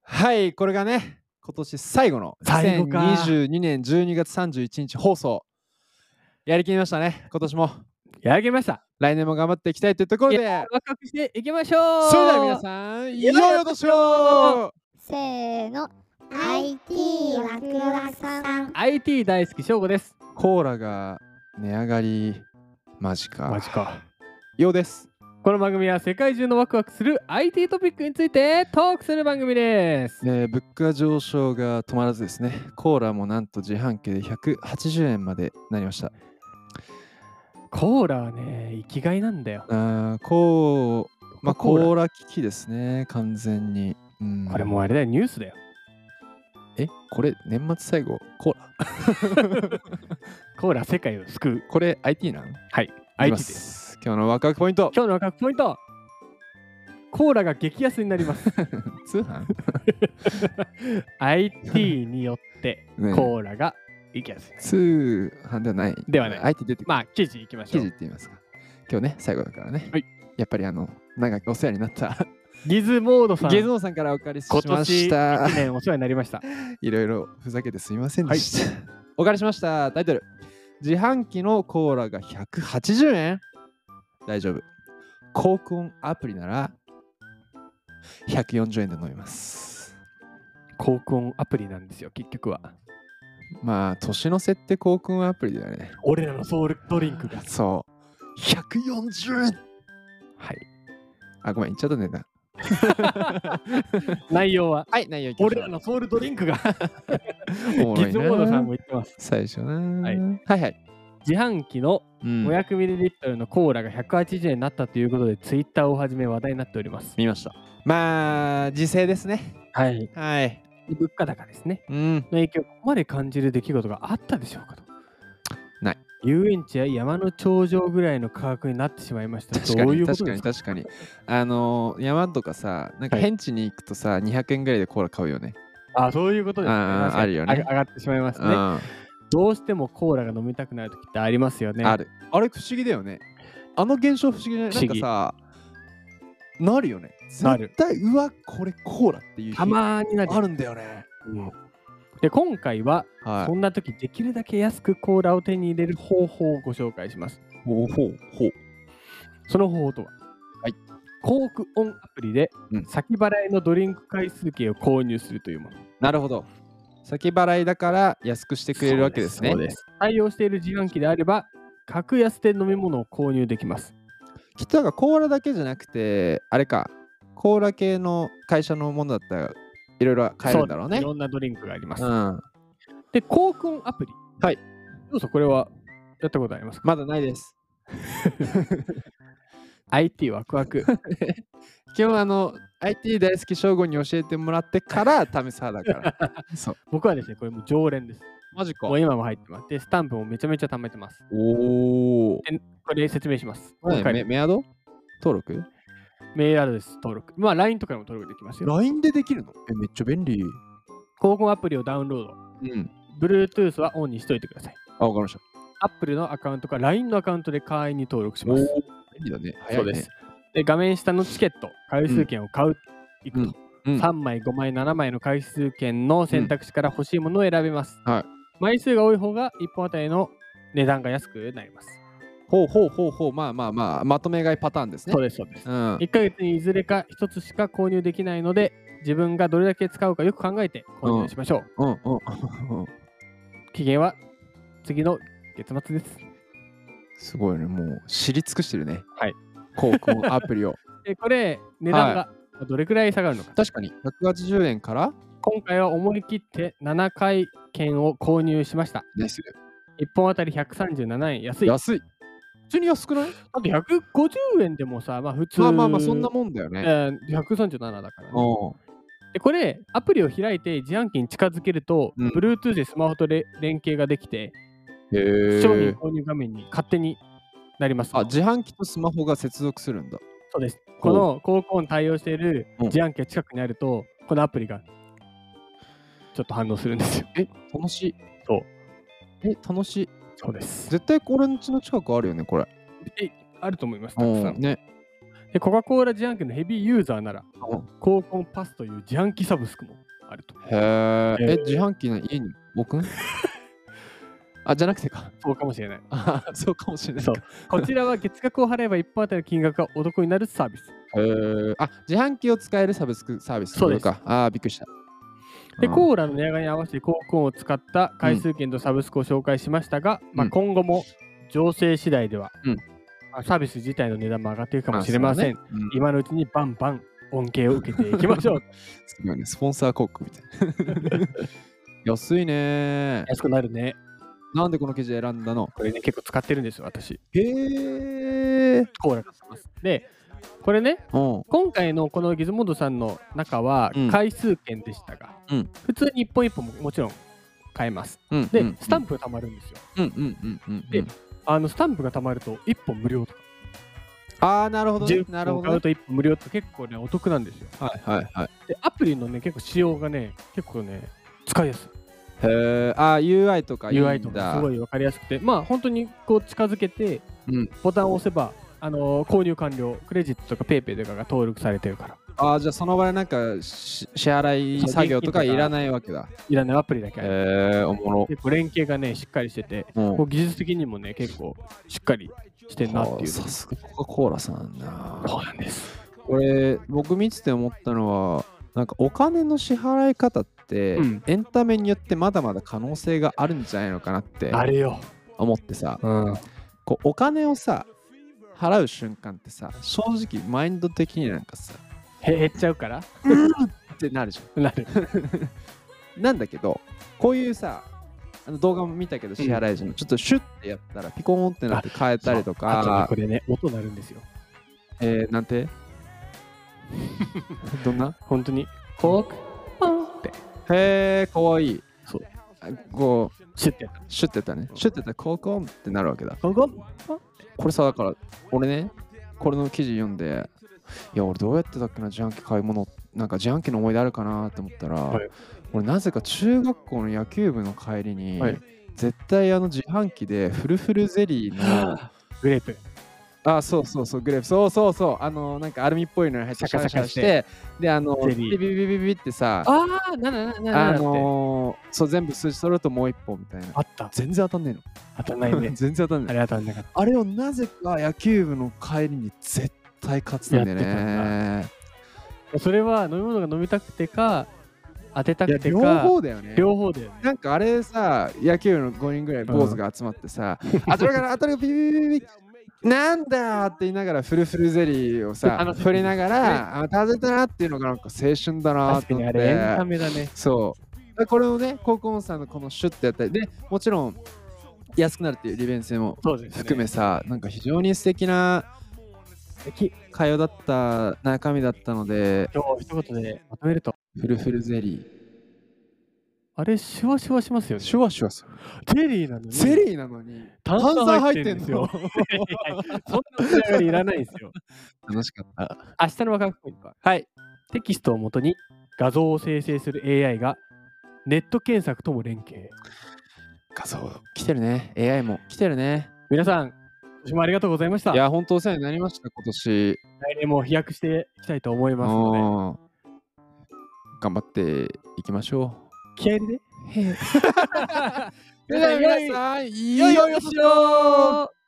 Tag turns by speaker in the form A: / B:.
A: はい、これがね、今年最後の
B: 最後か
A: 2022年12月31日放送。やりきりましたね、今年も。
B: やりました。
A: 来年も頑張っていきたいというところ
B: い
A: で、
B: や若くしていきましょう。
A: それでは皆さん、良いお年を
C: せーの IT ワクワクさん
B: IT 大好き翔吾です。
A: コーラが値上がり、マジか。
B: か。
A: ようです。
B: この番組は世界中のワクワクする IT トピックについてトークする番組です。
A: えー物価上昇が止まらずですね、コーラもなんと自販機で180円までなりました。
B: コーラはね、生きがいなんだよ。
A: あーこう、まあ、
B: コ
A: コ
B: ーラ
A: ーラ危機ですね、完全に。うん
B: これもうあれだよ、ニュースだよ。
A: えこれ年末最後コーラ
B: コーラ世界を救う。
A: これ IT なん
B: はい、
A: いき
B: IT
A: ま
B: です。
A: す今日のワクワクポイント
B: 今日のワクワクポイント。コーラが激安にな ります。
A: 通販
B: IT によって
A: ね
B: コーラが激安になる。
A: 通販ではない
B: ではない
A: IT 出てくる、
B: まあ、記事いきまし
A: 記
B: ょ
A: 事っ
B: う。
A: て言いますか今日ね最後だからね、
B: はい
A: やっぱりあの長くお世話にな った
B: ギズモードさん。
A: ゲズノさんからお借りし
B: 今
A: ま
B: 年
A: した
B: 1年お世話になりました。
A: いろいろふざけてすみませんでした、お借りしましたタイトル自販機のコーラが180円大丈夫高校アプリなら140円で飲みます
B: 高校アプリなんですよ、結局は。
A: まあ、年の瀬って航空アプリだよね。
B: 俺らのソウルドリンクが。
A: そう。140円
B: はい。
A: あ、ごめん、言っちゃったねな。
B: 内容は、
A: はい、内容いきまし
B: 俺
A: ょう
B: らのソウルドリン クが。
A: おもろいな
B: ギズモードさんも言ってます。
A: 最初な、
B: はい
A: はいはい。
B: 自販機の
A: うん
B: 500ミリリットルのコーラが180円になったということで、ツイッターをはじめ話題になっております。
A: 見ました。まあ、時勢ですね。
B: はい。
A: はい。
B: 物価高ですね。
A: うん。
B: の影響をここまで感じる出来事があったでしょうかと。
A: ない。
B: 遊園地や山の頂上ぐらいの価格になってしまいました。
A: 確か
B: どうい
A: に
B: うこ
A: 確
B: と
A: か
B: で
A: に
B: すか
A: 確かにあのー山とかさなんか
B: はい
A: 現地に行くとさ、200円ぐらいでコーラ買うよね
B: あ、そういうことですね。
A: あー
B: 確かに
A: あるよね
B: 上が上がってしまいます
A: う
B: ね。
A: ん
B: どうしてもコーラが飲みたくなる時ってありますよね。
A: あるあれ不思議だよねあの現象不思議じゃない
B: 不
A: な
B: 思
A: ん
B: 議
A: かさなるよね
B: なる
A: 絶対うわこれコーラっていう日
B: たまーになり
A: あるんだよね
B: で、今回は、
A: は
B: そんな時できるだけ安くコーラを手に入れる方法をご紹介します。
A: いほうほうほう
B: その方法とは、
A: はい、
B: コークオンアプリで
A: うん
B: 先払いのドリンク回数券を購入するというもの。
A: なるほど先払いだから安くしてくれるわけですね
B: そうです対応している自販機であれば、格安で飲み物を購入できます。
A: きっとなんかコーラだけじゃなくてあれかコーラ系の会社のものだったらいろいろ買えるんだろう
B: そ
A: ね
B: いろんなドリンクがあります。
A: ん
B: で、コークオンアプリ。
A: はい。
B: どうぞ、これはやったことありますか
A: まだないです
B: ?IT ワク ワク。
A: 基本あの IT 大好き正吾に教えてもらってから試さだから そう
B: 僕はですね、これもう常連です。
A: マジか
B: もう今も入ってます。で、スタンプもめちゃめちゃ貯めてます。
A: おお。
B: これ説明します。今
A: 何
B: 回
A: メメアド登録
B: メールアドレス登録。まあ、LINE とかでも登録できますよ。
A: ?LINE でできるのえ、めっちゃ便利。
B: 広告アプリをダウンロード。
A: うん。
B: Bluetooth はオンにしといてください。
A: あ、わかりました。
B: Apple のアカウントか LINE のアカウントで会員に登録します。
A: 便利だね。
B: そうです。。で、画面下のチケット、回数券を買う、いくと、
A: うんうん
B: 3枚、5枚、7枚の回数券の選択肢から欲しいものを選べます。
A: はい
B: 枚数が多い方が1本あたりの値段が安くなります。
A: ほうほうほうほう。まあまあまあ、まとめ買いパターンですね
B: そう。です、そうです。
A: うん。
B: 1ヶ月にいずれか1つしか購入できないので、自分がどれだけ使うかよく考えて購入しましょう。
A: うんうん。
B: 期限は次の月末です。
A: すごいね。もう知り尽くしてるね。
B: はい。
A: 広告アプ リを。
B: で、これ、値段がどれくらい下がるのか。
A: 確かに。180円から
B: 今回は思い切って7回券を購入しました。
A: ですよ。
B: 1本あたり137円安い。だっ
A: 安い。普通に安くない
B: て150円でもさ、まあ普通。
A: まあまあまあ、そんなもんだよ
B: え
A: ね。
B: ー137だから、ね。
A: お
B: で、これ、アプリを開いて自販機に近づけると、
A: うん
B: Bluetooth でスマホとれ連携ができて、
A: へえ
B: 商品購入画面に勝手になります。
A: あ、自販機とスマホが接続するんだ。
B: そうです。この高校に対応している
A: うん
B: 自販機が近くにあると、このアプリがちょっと反応するんですよ。
A: え、楽しい。
B: そう。
A: え、楽しい。
B: そうです。
A: 絶対これんちの近くあるよね、これ。
B: あると思います、たくさん。
A: ね。
B: でコカ・コーラ自販機のヘビーユーザーなら
A: うん、
B: 高校パスという自販機サブスクもあると。
A: へー
B: え
A: え、自販機の家に置 くんあ、じゃなくてか。
B: そうかもしれない。
A: あそうかもしれないか。
B: こちらは月額を払えば一本当たりの金額がお得になるサービス。
A: へーあ、自販機を使えるサービスサービスって
B: そ
A: こ
B: う
A: と
B: で
A: か。
B: す
A: あー、びっくりした。
B: で、
A: うん
B: コーラの値上がりに合わせてコークンを使った回数券とサブスクを紹介しましたが、まあ、
A: うん
B: 今後も情勢次第では、
A: うん
B: まあサービス自体の値段も上がっていくかもしれませ
A: あ
B: ん。
A: そうねうん
B: 今のうちにバンバン恩恵を受けていきま しょう。
A: すごいねスポンサー広告みたい な。安いね。
B: 安くなるね。
A: なんでこの記事選んだの
B: これね、結構使ってるんですよ、私。
A: へえ。
B: コーラ買ってます。で、これね、
A: うん。
B: 今回のこのギズモードさんの中は
A: うん
B: 回数券でしたが、
A: うん
B: 普通に一本一本ももちろん買えます。
A: うん。
B: で、
A: うん
B: スタンプが貯まるんですよ。
A: うんうんうんうんう
B: で
A: ん。
B: あのスタンプが貯まると1本無料とか、
A: ああ、なるほどね。なる
B: 10
A: ほど
B: 本買
A: ね
B: う。と1本無料って結構ね、お得なんですよ。
A: はいはいはい。
B: で、アプリのね、結構仕様がね、結構ね、使いやすい。
A: へえ。あー、UI とかいいんだ。
B: UI とかすご
A: い。
B: い分かりやすくて、まあ本当にこう近づけて
A: うん、
B: ボタンを押せば、あのー購入完了、クレジットとか PayPay とかが登録されてるから、
A: あー、じゃあその場でなんかし支払い作業とかいらないわけだ。
B: いらないアプリだけある。
A: へえ、おもろ。
B: 結構連携がね、しっかりしてて、
A: うん
B: こう技術的にもね、結構しっかりしてんなっていう。
A: さすがコカ・コーラさんだ
B: そうなんです。
A: これ僕見てて思ったのはなんかお金の支払い方って、
B: うん
A: エンタメによってまだまだ可能性があるんじゃないのかなって
B: あれよ。
A: 思ってさ
B: うん。
A: こうお金をさ払う瞬間ってさ正直マインド的になんかさ
B: へ減っちゃうから
A: ってなるじ
B: なる。
A: ゃんなんだけどこういうさあの動画も見たけど支払い時の、ちょっとシュッてやったらピコーンってなって変えたりと
B: あとね
A: か、
B: これね、音鳴るんですよ。
A: えー、なん てどんな
B: 本当に。コーク、ポンって、
A: へえかわいい
B: そう
A: あこう
B: シュッてやった。
A: シュッてやったね。シュッてやったらココンってなるわけだ。
B: ここ、ポン
A: これさ、だから俺ね、これの記事読んで、いや、俺どうやってたっけな、自販機買い物、なんか自販機の思い出あるかなって思ったら、
B: はい
A: 俺なぜか中学校の野球部の帰りに、
B: はい
A: 絶対あの自販機でフルフルゼリー の、
B: グレープ。
A: あ、そうそうそう、グレープ、そうそうそう、あの、なんかアルミっぽいのに入って
B: シャカシャカして
A: て、で、あの、
B: ゼ
A: ビ
B: リー
A: ビビビビビってさ、あ、
B: ああ、なななな
A: あ
B: なって。
A: のー、そう、全部数字取るともう一本みたいな。
B: あった。
A: 全然当たんね
B: 当たん
A: え
B: ない
A: の。。
B: ね
A: 全然当たんねえ
B: あれ当たんなかった。
A: あれをなぜか野球部の帰りに絶対勝つんだよね。
B: それは飲み物が飲みたくてか、当てた
A: いや
B: くて
A: 両
B: か、
A: 方だよね。
B: 両方だよね。
A: なんかあれさ、野球部の5人ぐらい坊主が集まって さ、当たるから当たるよビビビビビなんだーって言いながらフルフルゼリーを
B: あ
A: さ
B: の、
A: 振りながら、あ、食べたなっていうのがなんか青春だなーっ
B: 確
A: て
B: かに
A: 思
B: あ
A: っ
B: れエンタ
A: て。
B: メだね。
A: そう。でこれをね、高校さんのこのシュッてやったり、で、もちろん安くなるっていう利便性も
B: そうですね。
A: 含めさ、なんか非常に素敵な会話だった中身だったので、
B: 今日一言でまとめると、
A: フルフルゼリ
B: あれ、シュワシュワしますよ
A: ー。ュ
B: ね。
A: ワシュワする。
B: ゼリーなのに。
A: ゼリーなのに
B: 炭酸入ってんですよ
A: 炭酸入っ
B: いやいやそんな仕上がりいらないですよ。
A: てんの楽しかった。
B: 明日のワクワクポイントは、
A: はい。
B: テキストをもとに画像を生成する AI がネット検索とも連携。
A: 画像来てるね。AI も来てるね。
B: 皆さん、今年もありがとうございました。
A: い
B: 来
A: や、本当お世話になりました、今年。
B: 年も飛躍していきたいと思いますので、
A: うん頑張っていきましょ
B: 気合い 入れて。
A: う。それでは皆さん、い
B: いよいよ
A: よ
B: しよう